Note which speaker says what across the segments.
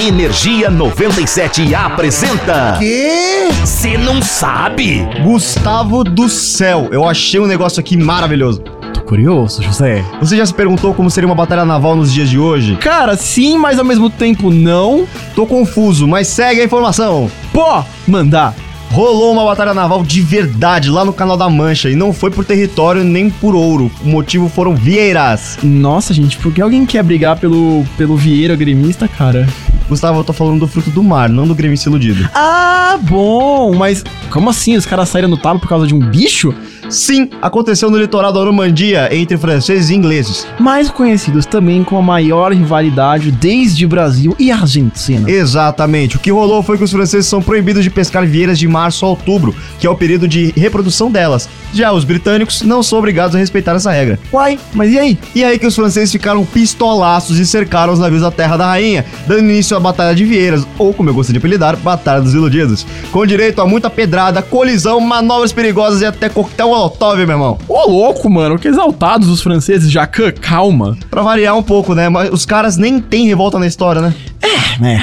Speaker 1: Energia 97 apresenta.
Speaker 2: Que?
Speaker 1: Você não sabe?
Speaker 2: Gustavo do céu, eu achei um negócio aqui maravilhoso.
Speaker 3: Tô curioso, José.
Speaker 2: Você já se perguntou como seria uma batalha naval nos dias de hoje?
Speaker 3: Cara, sim, mas ao mesmo tempo não.
Speaker 2: Tô confuso, mas segue a informação.
Speaker 3: Pô, mandar.
Speaker 2: Rolou uma batalha naval de verdade lá no Canal da Mancha e não foi por território nem por ouro. O motivo foram vieiras.
Speaker 3: Nossa, gente, por que alguém quer brigar pelo, pelo Vieira gremista, cara?
Speaker 2: Gustavo, eu tô falando do fruto do mar, não do gremista iludido.
Speaker 3: Ah, bom, mas como assim? Os caras saíram no talo por causa de um bicho?
Speaker 2: Sim, aconteceu no litoral da Normandia entre franceses e ingleses.
Speaker 3: Mais conhecidos também com a maior rivalidade desde Brasil e Argentina.
Speaker 2: Exatamente. O que rolou foi que os franceses são proibidos de pescar vieiras de março a outubro, que é o período de reprodução delas. Já os britânicos não são obrigados a respeitar essa regra.
Speaker 3: Uai, mas e aí?
Speaker 2: E aí que os franceses ficaram pistolaços e cercaram os navios da Terra da Rainha, dando início à Batalha de Vieiras, ou como eu gosto de apelidar, Batalha dos Iludidos. Com direito a muita pedrada, colisão, manobras perigosas e até coquetel molotov, meu irmão.
Speaker 3: Ô, louco, mano, que exaltados os franceses, Jacan, calma.
Speaker 2: Pra variar um pouco, né? Mas os caras nem tem revolta na história, né?
Speaker 3: É,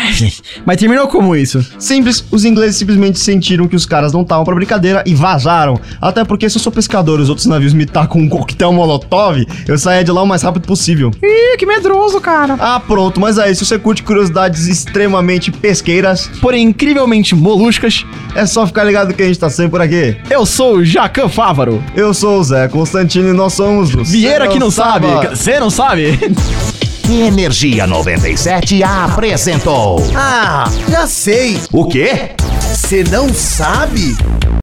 Speaker 3: Mas terminou como isso?
Speaker 2: Simples, os ingleses simplesmente sentiram que os caras não estavam pra brincadeira e vazaram. Até porque se eu sou pescador e os outros navios me tacam um coquetel molotov, eu saía de lá o mais rápido possível.
Speaker 3: Ih, que medroso, cara.
Speaker 2: Ah, pronto, mas aí, se você curte curiosidades extremamente pesqueiras,
Speaker 3: Porém, incrivelmente moluscas,
Speaker 2: é só ficar ligado que a gente tá sempre por aqui.
Speaker 3: eu sou o Jacan Fávaro.
Speaker 2: Eu sou o Zé Constantino e nós somos os.
Speaker 3: Vieira
Speaker 2: Cê
Speaker 3: que não sabe.
Speaker 2: Saba.
Speaker 3: Você não sabe?
Speaker 1: Energia 97 apresentou.
Speaker 4: Ah, já sei.
Speaker 1: O quê?
Speaker 4: Você não sabe?